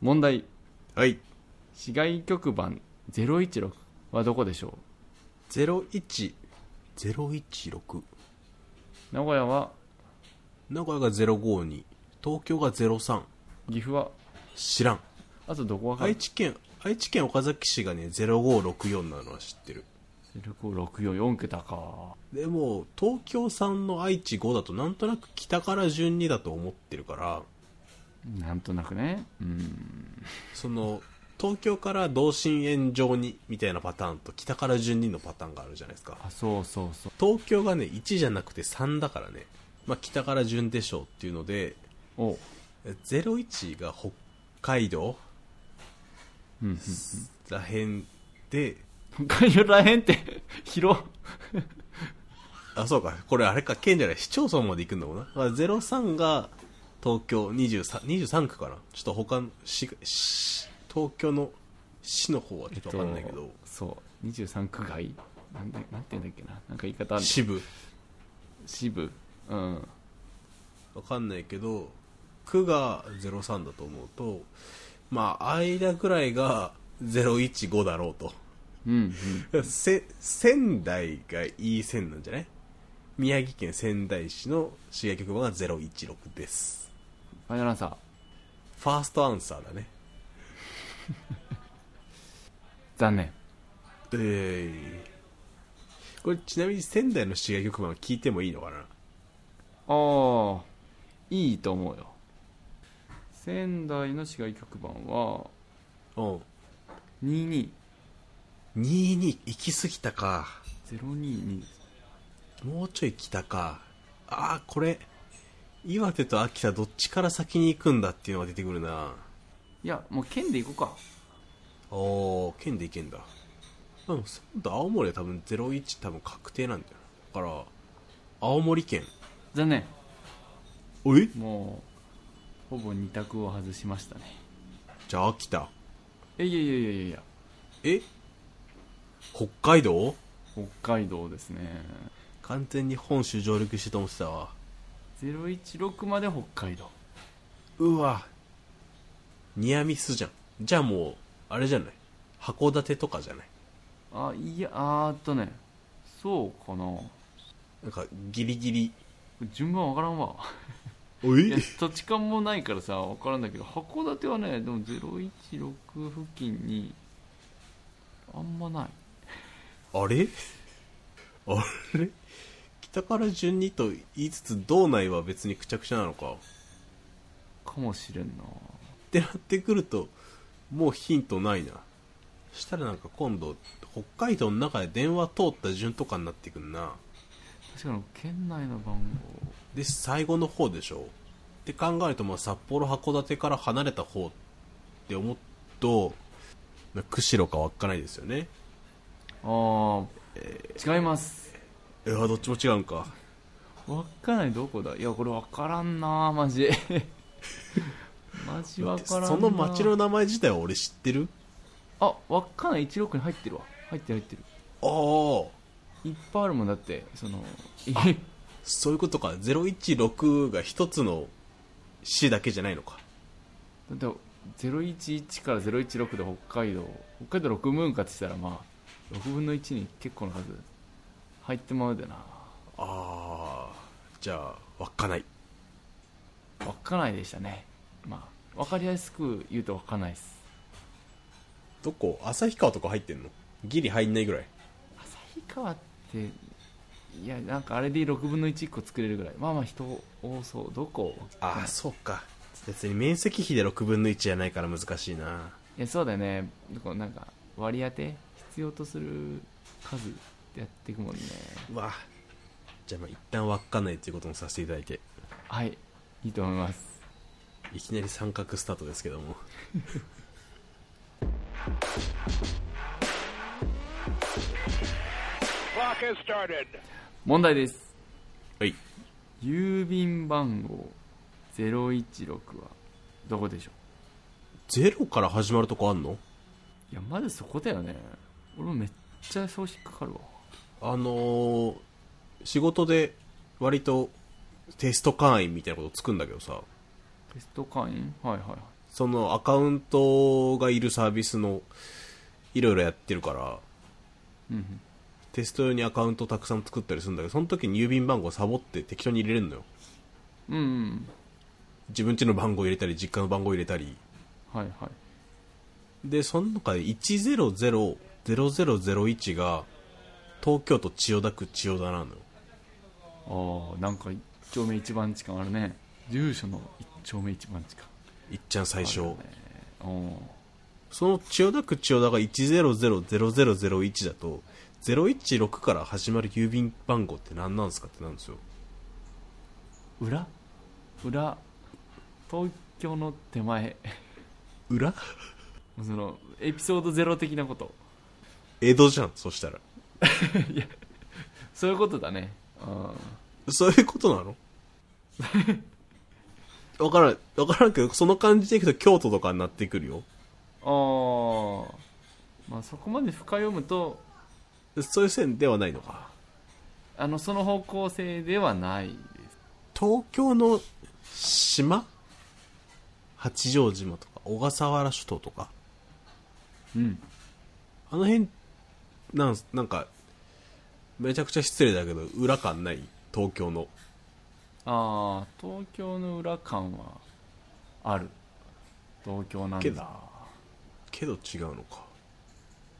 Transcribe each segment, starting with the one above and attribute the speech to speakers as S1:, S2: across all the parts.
S1: 問題
S2: はい
S1: 市外局番016はどこでしょ
S2: 01016
S1: う名古屋は
S2: 名古屋が052東京が03
S1: 岐阜は
S2: 知らん
S1: あとどこがか
S2: 愛知県愛知県岡崎市がね0564なのは知ってる
S1: 05644桁か
S2: でも東京産の愛知5だとなんとなく北から順にだと思ってるから
S1: なんとなくねうん
S2: その東京から同心円状にみたいなパターンと北から順にのパターンがあるじゃないですか
S1: あそうそうそう
S2: 東京がね1じゃなくて3だからね、まあ、北から順でしょうっていうので
S1: おう
S2: 01が北海道
S1: うんうん
S2: らへんで
S1: 北海道らへんって 広っ
S2: あそうかこれあれか県じゃない市町村まで行くんだもんなだから03が東京 23, 23区かなちょっと他の市市東京の市の方はちょっと分かんないけど、
S1: そう23区外なんでなんて言うんだっけななんか言い方ある
S2: 支部
S1: 支部うん
S2: わかんないけど区が03だと思うとまあ間ぐらいが015だろうと
S1: うんうん
S2: せ仙台がいい線なんじゃない宮城県仙台市の市営局番が016です
S1: ファイナルアンサー
S2: ファーストアンサーだね
S1: 残念
S2: えーこれちなみに仙台の市営局番は聞いてもいいのか
S1: あ
S2: な
S1: あいいと思うよ仙台の市街局番は
S2: うん
S1: 22022
S2: 22行き過ぎたか
S1: です
S2: もうちょい北かああこれ岩手と秋田どっちから先に行くんだっていうのが出てくるない
S1: やもう県で行こうか
S2: おー県で行けんだうんそうだ青森は多分01多分確定なんだよだから青森県
S1: 残念
S2: え
S1: もうほぼ2択を外しましたね
S2: じゃあ秋田
S1: えいやいやいやいやいや
S2: え北海道
S1: 北海道ですね
S2: 完全に本州上陸してと思ってたわ
S1: 016まで北海道
S2: うわニアミスじゃんじゃあもうあれじゃない函館とかじゃない
S1: あいやあーっとねそうかな
S2: なんかギリギリ
S1: 順番わからんわ
S2: お
S1: いや
S2: い
S1: 土地勘もないからさ分からんだけど函館はねでも016付近にあんまない
S2: あれあれ北から順にと言いつつ道内は別にくちゃくちゃなのか
S1: かもしれんな
S2: ってなってくるともうヒントないなそしたらなんか今度北海道の中で電話通った順とかになってくんな
S1: 確かに県内の番
S2: で最後の方でしょって考えるとまあ札幌函館から離れた方って思うとな釧路か稚内ですよね
S1: 号ああ違います
S2: いやどっちも違うんか
S1: 稚内どこだいやこれ分からんなマジ マジ分からんな
S2: その町の名前自体は俺知ってる
S1: あ稚内16に入ってるわ入ってる入ってる
S2: ああ
S1: いっぱいあるもんだってその
S2: そういうことか016が一つの市だけじゃないのか
S1: だって011から016で北海道北海道6分割したらまあ6分の1に結構の数入ってまうでな
S2: ああじゃあ稚内
S1: 稚内でしたねまあ分かりやすく言うと稚内です
S2: どこ旭川とか入ってんのギリ入んないぐらい
S1: 旭川っていやなんかあれで6分の11個作れるぐらいまあまあ人多そうどこ
S2: ああそうか別に面積比で6分の1じゃないから難しいない
S1: やそうだよねこうなんか割り当て必要とする数でやっていくもんね
S2: うわじゃあまあ一旦稚内ということにさせていただいて
S1: はいいいと思います
S2: いきなり三角スタートですけども
S3: Clock has started.
S1: 問題です
S2: はい
S1: 郵便番号016はどこでしょ
S2: ゼロから始まるとこあんの
S1: ういやまずそこだよね俺もめっちゃそう引っかかるわ
S2: あのー、仕事で割とテスト会員みたいなことつくんだけどさ
S1: テスト会員はいはいはい
S2: そのアカウントがいるサービスのいろいろやってるから
S1: うん
S2: テスト用にアカウントたくさん作ったりするんだけどその時に郵便番号サボって適当に入れれるのよ
S1: うんうんうん
S2: 自分家の番号入れたり実家の番号入れたり
S1: はいはい
S2: でその中で1000001が東京都千代田区千代田なのよ
S1: ああなんか一丁目一番地感あるね住所の一丁目一番地感
S2: いっちゃん最初、
S1: あるよねお
S2: その千代田区千代田が1000001だと016から始まる郵便番号って何なんですかってなんですよ
S1: ー裏裏東京の手前
S2: 裏
S1: そのエピソードゼロ的なこと
S2: 江戸じゃんそしたら
S1: そういうことだねうん
S2: そういうこと なのわからんわからんけどその感じでいくと京都とかになってくるよ
S1: ああまあそこまで深読むと
S2: そういう線ではないのか
S1: あのその方向性ではないです
S2: 東京の島八丈島とか小笠原諸島とか
S1: うん
S2: あの辺なんすなんかめちゃくちゃ失礼だけど裏感ない東京の
S1: ああ東京の裏感はある東京なん
S2: け
S1: だ
S2: どけど違うのか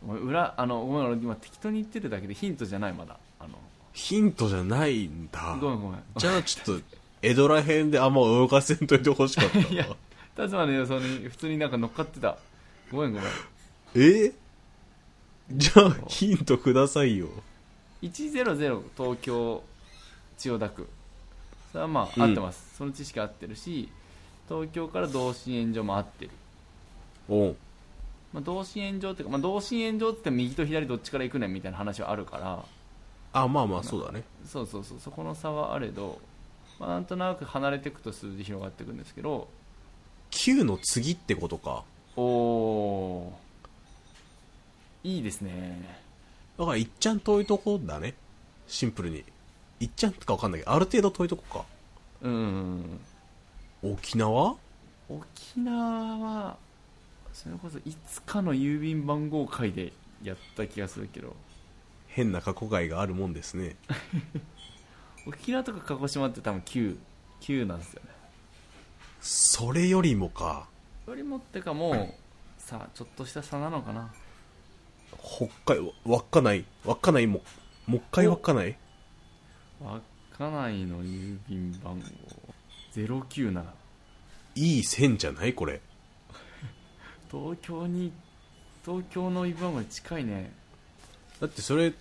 S1: お前裏あのごめん俺今適当に言ってるだけでヒントじゃないまだあの
S2: ヒントじゃないんだ
S1: ごめんごめん
S2: じゃあちょっと江戸ら辺であんま動かせんといてほしかった
S1: いや
S2: わ
S1: たつまの予想に普通になんか乗っかってたごめんごめん
S2: えじゃあヒントくださいよ
S1: 100東京千代田区それはまあ、
S2: うん
S1: 合ってますその知識合ってるし東京から同心円状も合ってる、
S2: おう
S1: まあ、同心円状っていうか、まあ、同心円状って言っても右と左どっちから行くねんみたいな話はあるから
S2: あまあまあそうだね
S1: そうそうそうそこの差はあれど、まあ、なんとなく離れていくと数字広がっていくんですけど
S2: 9の次ってことか
S1: おおーいいですね
S2: だからいっちゃん遠いとこだねシンプルにいっちゃんとかわかんないけどある程度遠いとこか
S1: うん
S2: 沖縄
S1: 沖縄はそれこそいつかの郵便番号会でやった気がするけど
S2: 変な過去外があるもんですね
S1: 沖縄とか鹿児島って多分9 9なんですよね
S2: それよりもか
S1: よりもってかもう、さあちょっとした差なのかな
S2: 北海道稚内稚内ももっかい稚内
S1: 稚内の郵便番号097
S2: いい線じゃないこれ
S1: 東京に東京の郵便番号に近いね
S2: だってそれ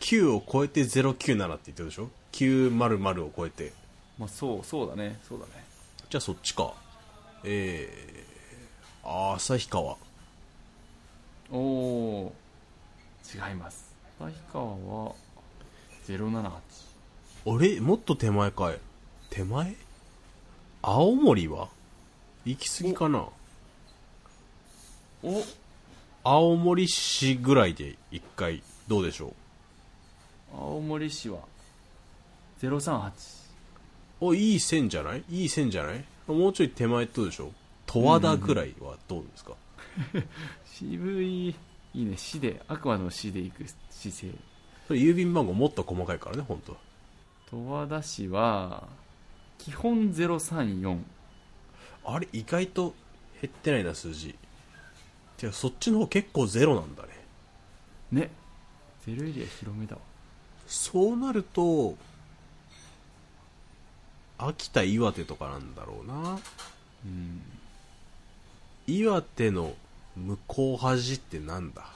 S2: 9を超えて097って言ってるでしょ900を超えて
S1: まあそうそうだねそうだね
S2: じゃあそっちかえー、旭川
S1: おお違います旭川は078
S2: あれもっと手前かい手前青森は行き過ぎかな
S1: お
S2: 青森市ぐらいで一回どうでしょ
S1: 青森市は038
S2: うおいい線じゃないいい線じゃないもうちょい手前ってどうでしょう十和田ぐらいはどうですか、
S1: 渋いいいね市であくまでも市で行く姿勢
S2: それ郵便番号もっと細かいからね本当は
S1: 十和田市は基本034
S2: あれ意外と減ってないな数字てかそっちの方結構ゼロなんだね
S1: ねゼロエリア広めだわ
S2: そうなると秋田岩手とかなんだろうな
S1: うん
S2: 岩手の向こう端ってなんだ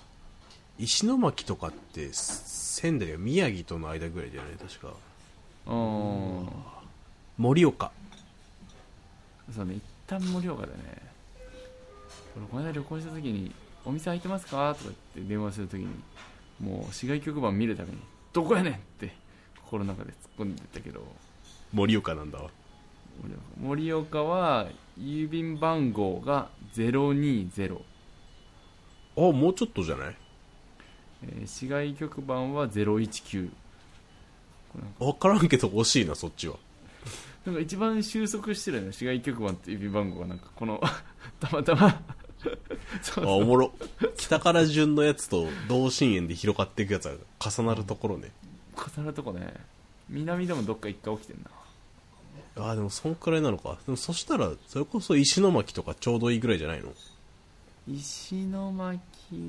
S2: 石巻とかって仙台が宮城との間ぐらいじゃない確か
S1: あ
S2: 盛岡
S1: あそうね一旦盛岡だね俺この間旅行した時に「お店開いてますか?」とか言って電話する時にもう市外局番見るために「どこやねん!」って心の中で突っ込んでたけど
S2: 盛岡なんだわ
S1: 盛岡盛岡は郵便番号が020、
S2: あもうちょっとじゃない
S1: えー市外局番は019
S2: 分からんけど惜しいなそっちは
S1: なんか一番収束してるよね市外局番って指番号がなんかこの たま たまそう
S2: あ
S1: そう
S2: おもろ 北から順のやつと同心円で広がっていくやつが重なるところね
S1: 重なるとこね南でもどっか一回起きてんな
S2: ああでもそんくらいなのかでもそしたらそれこそ石巻とかちょうどいいぐらいじゃないの
S1: 石巻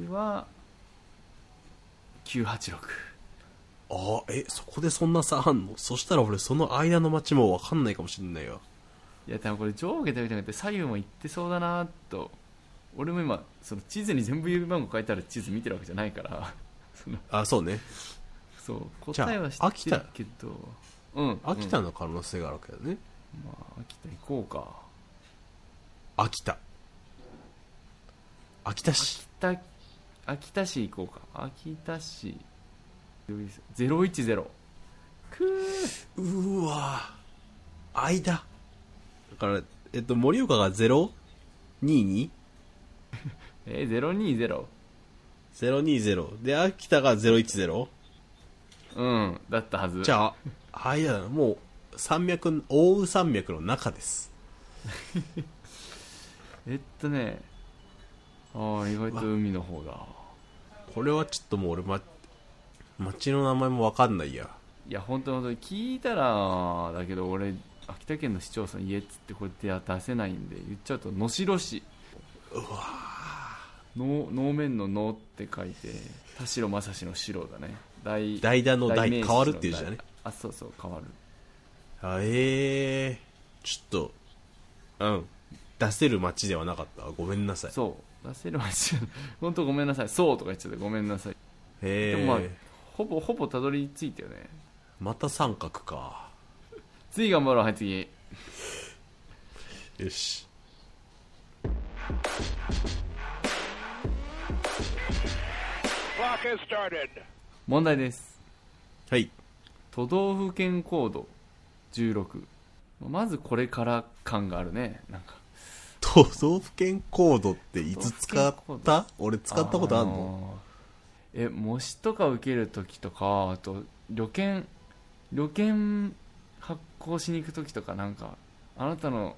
S1: は986
S2: ああえそこでそんな差あんのそしたら俺その間の町もわかんないかもしんないわ
S1: いや多分これ上下だけじゃなくて左右も行ってそうだなと俺も今その地図に全部指番号書いてある地図見てるわけじゃないからその
S2: あそうね
S1: そう
S2: じゃあ
S1: 答えは知ってるけどうん
S2: 秋
S1: う
S2: 田
S1: ん
S2: の可能性があるわけどね、
S1: まあ秋田行こうか
S2: 秋田秋田市
S1: 北秋田市行こうか秋田市010くー
S2: うーわー間だからえっと盛岡が 022?
S1: えー、
S2: 020で秋田が 010?
S1: 020うんだったはず
S2: じゃあ間だなもう山脈奥羽山脈の中です
S1: えっとねああ意外と海の方だ
S2: これはちょっともう俺、ま、町の名前もわかんないや
S1: いや本当本当に聞いたらだけど俺秋田県の市長さん家っつってこうやって出せないんで言っちゃうと能代市能能面の能って書いて田代正史の城だね大
S2: 代打の代
S1: 名詞
S2: 変わるっていう字だね
S1: 代あそうそう変わる
S2: あええちょっとうん出せる町ではなかったわごめんなさい
S1: そう出せる街本当ごめんなさいそうとか言っちゃってごめんなさい
S2: へ
S1: で
S2: え、
S1: もまあほぼほぼたどり着いたよね
S2: また三角か
S1: 次頑張ろうはい次
S2: よし
S1: 問題です
S2: はい
S1: 都道府県コード16まずこれから感があるねなんか
S2: 都道府県コードっていつ使っ
S1: 都道府県コー
S2: た俺使ったことあんの
S1: のえ模試とか受けるときとかあと旅券旅券発行しに行くときとかなんかあなたの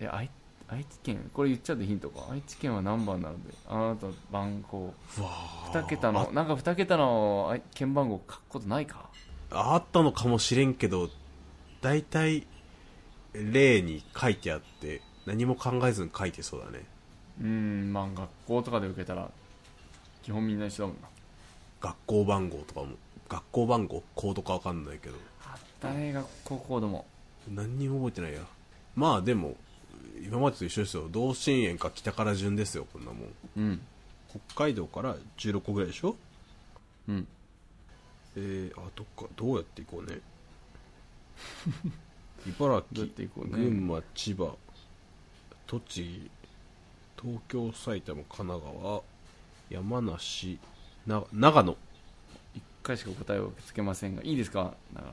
S1: え愛愛知県これ言っちゃってヒントか愛知県は何番なのであなたの番号
S2: うわー
S1: 2桁のなんか2桁のあい県番号書くことないか
S2: ああったのかもしれんけど大体例に書いてあって何も考えずに書いてそうだね
S1: うんまあ学校とかで受けたら基本みんな一緒だもんな
S2: 学校番号とかも学校番号コードかわかんないけど
S1: あったね学校コードも
S2: 何にも覚えてないやまあでも今までと一緒ですよ同心円か北から順ですよこんなもん
S1: うん
S2: 北海道から16個ぐらいでしょ
S1: うん
S2: えー、あどっかどうやっていこう ね茨
S1: どう
S2: 城、
S1: やっていこうね
S2: 群馬千葉栃木東京埼玉神奈川山梨な長野
S1: 1回しか答えを受け付けませんがいいですかだから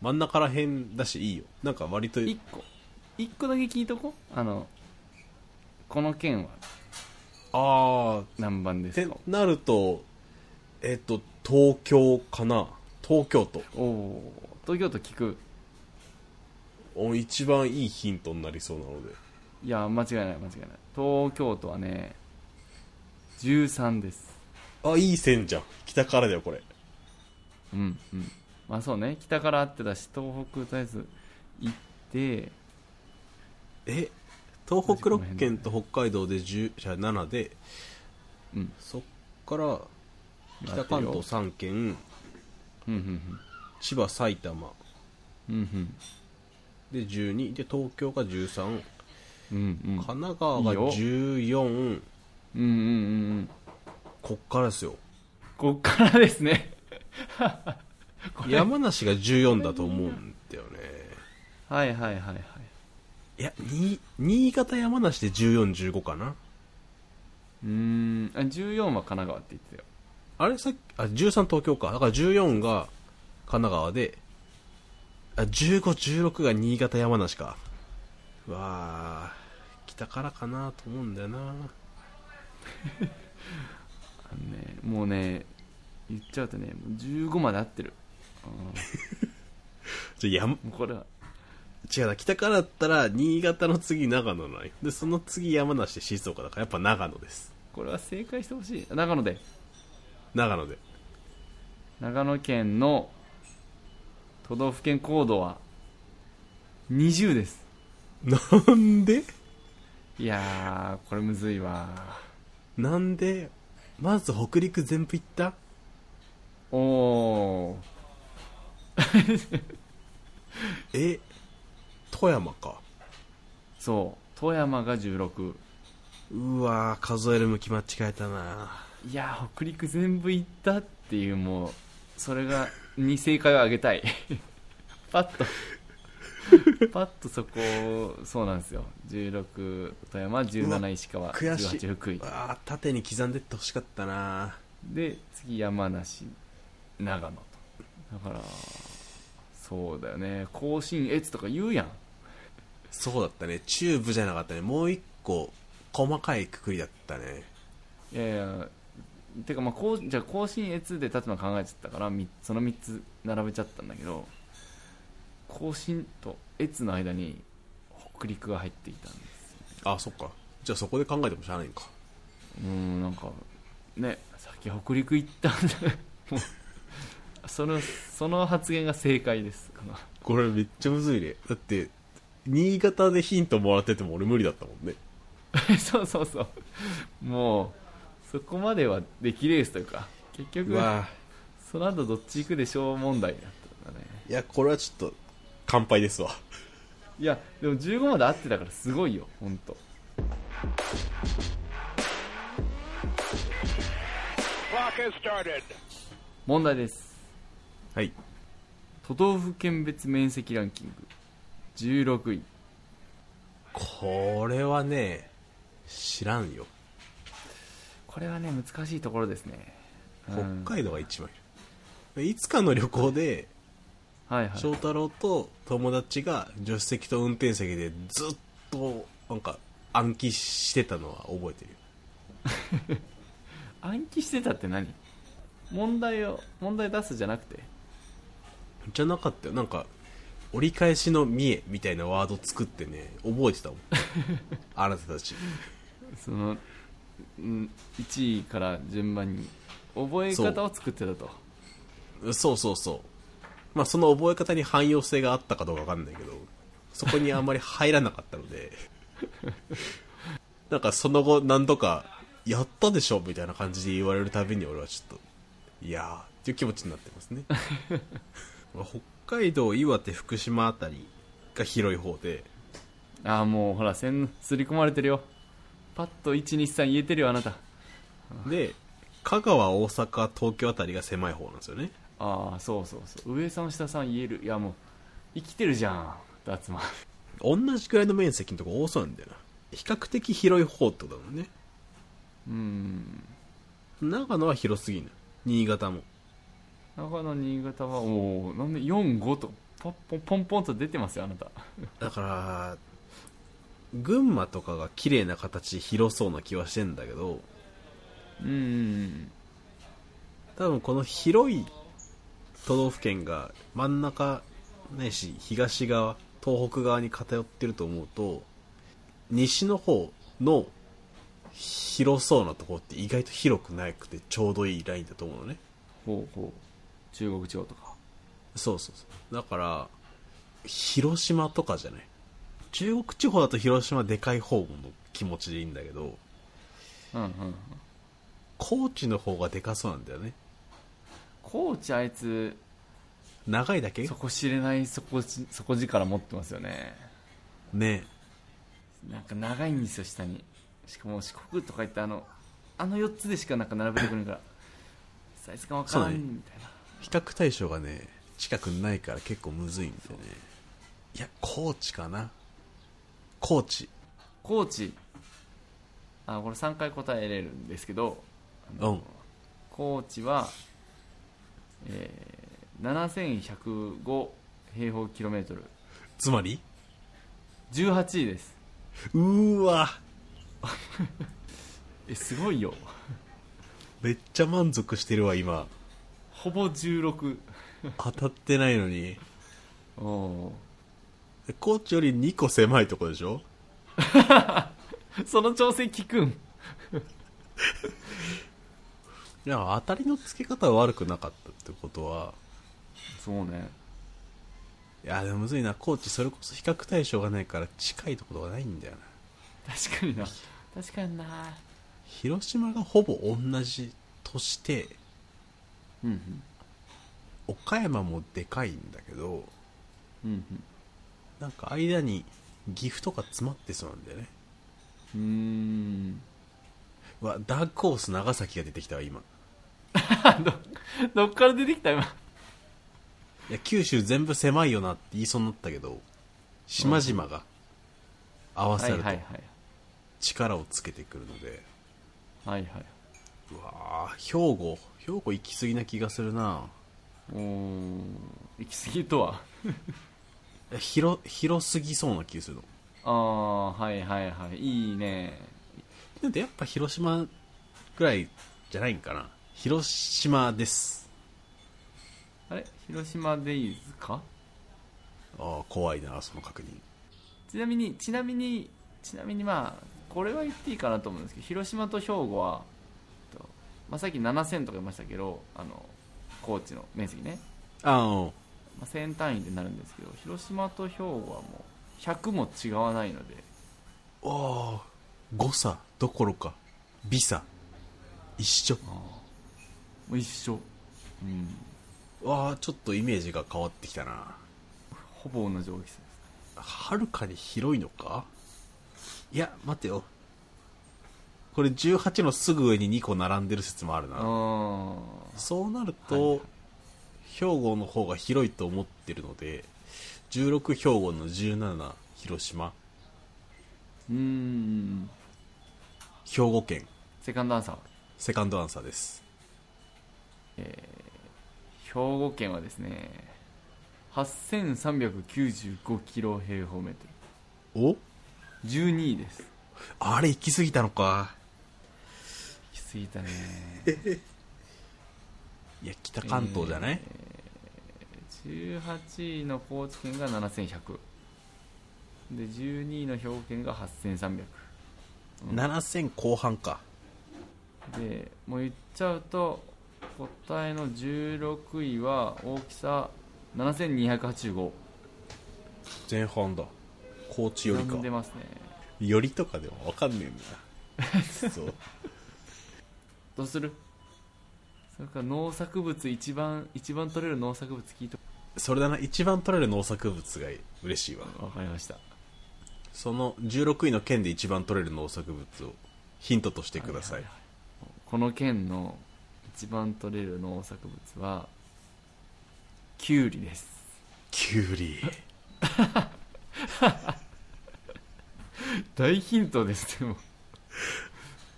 S2: 真ん中らへんだしいいよなんか割と
S1: 1個一個だけ聞いとこあのこの県は
S2: ああ
S1: 何番で
S2: って
S1: すか
S2: なるとえっと東京かな東京都
S1: おおー東京都聞く
S2: お一番いいヒントになりそうなので
S1: いや間違いない間違いない東京都はね13です
S2: あいい線じゃん北からだよこれ
S1: うんうんまあそうね北からあってだし東北とりあえず行って
S2: え東北6県と北海道で10じゃあ7で、
S1: うん
S2: そっから北関東3県
S1: うんうん
S2: 千葉埼玉
S1: うんうん
S2: で12で東京が13
S1: うんうんうん
S2: 神奈川が
S1: いいよ
S2: 14
S1: うんうんうんうん
S2: こっからですよ
S1: こっからです ねこれ
S2: 山梨が14だと思うんだよね
S1: はいはいはいはい
S2: いやに新潟山梨で1415かな
S1: うーんあ14は神奈川って言ってたよ
S2: あれさっきあ13東京かだから14が神奈川であ1516が新潟山梨かうわー北からかなと思うんだよな
S1: あのねもうね言っちゃうとねもう15まで合ってるうん
S2: じゃあ山
S1: もうこれは
S2: 違うな北からだったら新潟の次長野ないでその次山梨で静岡だからやっぱ長野です
S1: これは正解してほしい長野で
S2: 長野で
S1: 長野県の都道府県コードは20です
S2: なんで
S1: いやーこれむずいわ
S2: なんでまず北陸全部行った
S1: おお
S2: え富山か
S1: そう富山が16
S2: うわー数える向き間違えたない
S1: やー北陸全部行ったっていうもうそれがに正解をあげたい パッ とパッとそこをそうなんですよ16富山
S2: うわ
S1: 17石川
S2: 悔しい
S1: 18福井
S2: うわー縦に刻んでってほしかったな
S1: で次山梨長野とだからそうだよね甲信越とか言うやん
S2: そうだったねチューブじゃなかったねもう一個細かいくくりだったね
S1: いやいやてかまあこうじゃあ甲信越で立つの考えちゃったからみその3つ並べちゃったんだけど甲信と越の間に北陸が入っていたんです
S2: あそっかじゃあそこで考えてもしゃあないんか
S1: うーんなんかねさっき北陸行ったんだ もうそのその発言が正解です この
S2: これめっちゃむずいねだって新潟でヒントもらってても俺無理だったもんね
S1: そうそうそうもうそこまではできレースというか結局その後どっち行くでしょう問題だったんだね
S2: いやこれはちょっと乾杯ですわ
S1: いやでも15まで合ってたからすごいよ本当。
S3: Clock has started.
S1: 問題です
S2: はい
S1: 都道府県別面積ランキング16位
S2: これはね知らんよ
S1: これはね難しいところですね
S2: 北
S1: うん
S2: 海道が一番いる、いつかの旅行で
S1: はいはい
S2: 翔太郎と友達が助手席と運転席でずっとなんか暗記してたのは覚えてるよ
S1: 暗記してたって何問題を問題出すじゃなくて
S2: じゃなかったよなんか折り返しの見えみたいなワード作ってね覚え てたもんあなたたち
S1: そのうん1位から順番に覚え方を作ってたと
S2: そうそうそうまあその覚え方に汎用性があったかどうかわかんないけどそこにあんまり入らなかったので なんかその後何度か「やったでしょ」みたいな感じで言われるたびに俺はちょっといやーっていう気持ちになってますね 北海道岩手福島あたりが広い方で
S1: ああもうほら線刷り込まれてるよパッと123言えてるよあなた
S2: で香川大阪東京あたりが狭い方なんですよね
S1: ああそうそうそう上さん下さん言えるいやもう生きてるじゃん脱馬
S2: 同じくらいの面積のとこ多そうなんだよな比較的広い方ってことだもんね
S1: うん
S2: 長野は広すぎる新潟も
S1: 長野新潟はおおなんで45とポンポンポンポンと出てますよあなた
S2: だから群馬とかが綺麗な形で広そうな気はしてんだけど
S1: うんうんうん
S2: 多分この広い都道府県が真ん中ないし東側東北側に偏ってると思うと西の方の広そうなところって意外と広くなくてちょうどいいラインだと思うのね
S1: ほうほう中国地方とか
S2: そうそうそうだから広島とかじゃない中国地方だと広島でかい方の気持ちでいいんだけど
S1: うんうんうん
S2: 高知の方がでかそうなんだよね
S1: 高知あいつ
S2: 長いだけ
S1: 底知れない底じ底力持ってますよね
S2: ね
S1: なんか長いんですよ下にしかも四国とか言ってあのあの4つでしかなんか並べてくるからサイズ感分から
S2: そ
S1: ん
S2: うね
S1: みたいな、
S2: 比較対象がね近くにないから結構むずいんだよねいや高知かな高知
S1: 高知あこれ3回答えれるんですけどあの
S2: うん
S1: 高知は、えー、7105平方キロメートル
S2: つまり
S1: 18位です
S2: うーわ
S1: えすごいよ
S2: めっちゃ満足してるわ今
S1: ほぼ16
S2: 当たってないのに
S1: おお
S2: で高知より2個狭いとこでしょ
S1: ーその調整聞くん
S2: いや当たりのつけ方は悪くなかったってことは
S1: そうね
S2: いやでもむずいな高知それこそ比較対象がないから近いところがないんだよな
S1: 確かにな確かにな
S2: 広島がほぼ同じとして
S1: うんうん
S2: 岡山もでかいんだけど
S1: うん
S2: なんか間に岐阜とか詰まってそうなんだよね
S1: うんうーん
S2: うわダークホース長崎が出てきたわ今
S1: どっから出てきた今
S2: いや九州全部狭いよなって言いそうになったけど島々が合わ
S1: は
S2: さ
S1: いは
S2: る
S1: い
S2: と
S1: はい
S2: 力をつけてくるので
S1: はいはいう
S2: わー兵庫兵庫行き過ぎな気がするな
S1: おー行き過ぎとはい
S2: や広広すぎそうな気がするの
S1: ああはいはいはいいいね
S2: でもやっぱ広島ぐらいじゃないんかな広島です
S1: あれ広島デイズか
S2: ああ怖いなその確認
S1: ちなみにちなみにちなみにまあこれは言っていいかなと思うんですけど広島と兵庫は、えっとまあ、さっき7000とか言いましたけどあの高知の面積ね、
S2: ああ
S1: まあ、1000単位でなるんですけど広島と兵庫はもう100も違わないので
S2: おー誤差どころか微差一緒
S1: もう一緒、うん、
S2: わあちょっとイメージが変わってきたな
S1: ほぼ同じ大きさです
S2: はるかに広いのかいや待てよこれ18のすぐ上に2個並んでる説もある
S1: あ
S2: な
S1: ー
S2: そうなると、
S1: はい
S2: 兵庫の方が広いと思ってるので16兵庫の17広島
S1: うーん
S2: 兵庫県
S1: セカンドアンサー
S2: セカンドアンサーです
S1: 兵庫県はですね8395キロ平方メート
S2: お
S1: ル12位です
S2: あれ行き過ぎたのか
S1: 行き過ぎたね
S2: いや北関東じゃない、
S1: 18位の高知県が7100で12位の兵庫県が8300
S2: 7000後半か
S1: でもう言っちゃうと答えの16位は大きさ7285
S2: 前半だ高知より
S1: 並
S2: か
S1: んでますね
S2: よりとかでも分かんねえんだ なそう
S1: どうするそれから農作物一番一番取れる農作物聞いて
S2: それだな一番取れる農作物が嬉しいわ
S1: わかりました
S2: その16位の県で一番取れる農作物をヒントとしてください、
S1: はははこの県の一番取れる農作物はキュウリです
S2: きゅうり
S1: 大ヒントですでも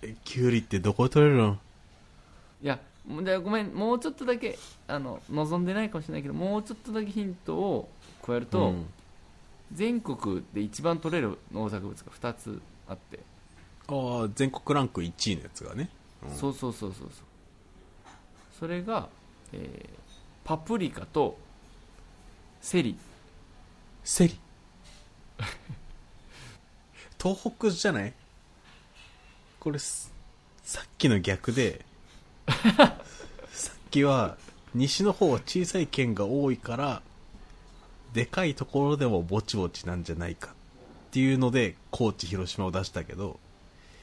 S2: えきゅうりってどこで取れるの
S1: いやもうじゃあごめんもうちょっとだけあの望んでないかもしれないけどもうちょっとだけヒントを加えると、
S2: うん
S1: 全国で一番取れる農作物が2つあって、
S2: ああ全国ランク1位のやつがね、うん
S1: そうそうそうそうそうそれが、えーパプリカとセリ
S2: セリ 東北じゃないこれすさっきの逆でさっきは西の方は小さい県が多いからでかいところでもぼちぼちなんじゃないかっていうので高知広島を出したけど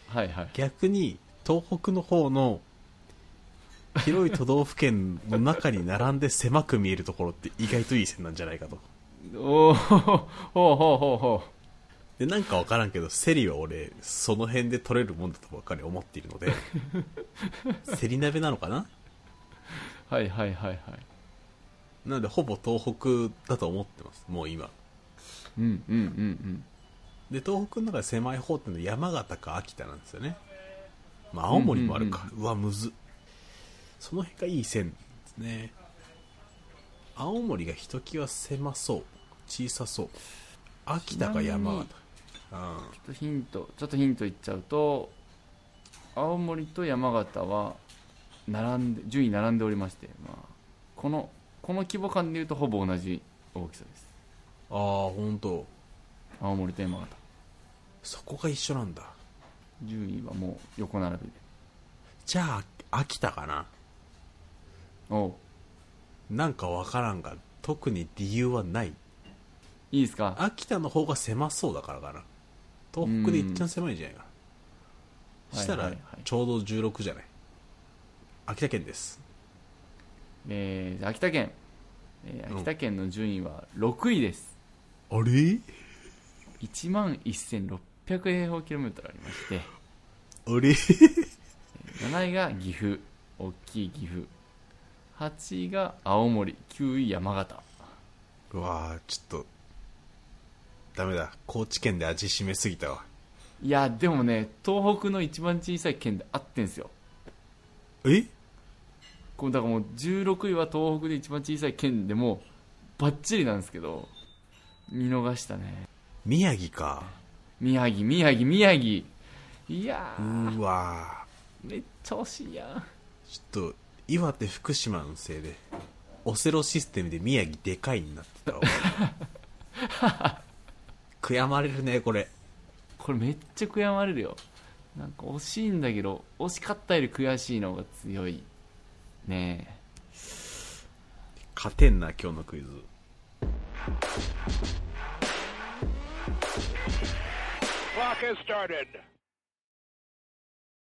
S1: はいはい
S2: 逆に東北の方の広い都道府県の中に並んで狭く見えるところって意外といい線なんじゃないかと
S1: おおほうほうほうほう
S2: でなんか分からんけどセリは俺その辺で取れるもんだとばっかり思っているのでセリ鍋なのかな
S1: はいはいはいはい
S2: なのでほぼ東北だと思ってますもう今
S1: うんうんうんうん
S2: で東北の中で狭い方ってのは山形か秋田なんですよねまあ青森もあるか、うわむずその辺がいい線ですね青森がひときわ狭そう小さそう秋田か山形
S1: ち
S2: うん
S1: ちょっとヒントちょっとヒントいっちゃうと青森と山形は並んで順位並んでおりまして、まあ、このこの規模感でいうとほぼ同じ大きさです
S2: ああ本当
S1: 青森と山形
S2: そこが一緒なんだ
S1: 順位はもう横並びで
S2: じゃあ秋田かな
S1: おう
S2: なんかわからんが特に理由はない
S1: いいですか
S2: 秋田の方が狭そうだからかな東北でいっちゃん狭いんじゃないかなした
S1: はい
S2: ら
S1: はいはい
S2: ちょうど16じゃない秋田県です
S1: えー、秋田県、えー秋田県の順位は6位です
S2: あれ
S1: 1万1600平方キロメートルありまして
S2: あれ
S1: 7位が岐阜大きい岐阜8位が青森9位山形
S2: うわあちょっとダメだ高知県で味しめすぎたわ
S1: いやでもね東北の一番小さい県で合ってんすよ
S2: え
S1: こうだからもう16位は東北で一番小さい県でもうバッチリなんですけど見逃したね
S2: 宮城か
S1: 宮城宮城宮城いや
S2: う
S1: ー
S2: わ
S1: めっちゃ惜しいやん
S2: ーちょっと岩手福島のせいでオセロシステムで宮城でかいになってたわ 悔やまれるねこれ
S1: これめっちゃ悔やまれるよなんか惜しいんだけど惜しかったより悔しいのが強いねえ
S2: 勝てんな今日のクイズ
S3: Clock has started.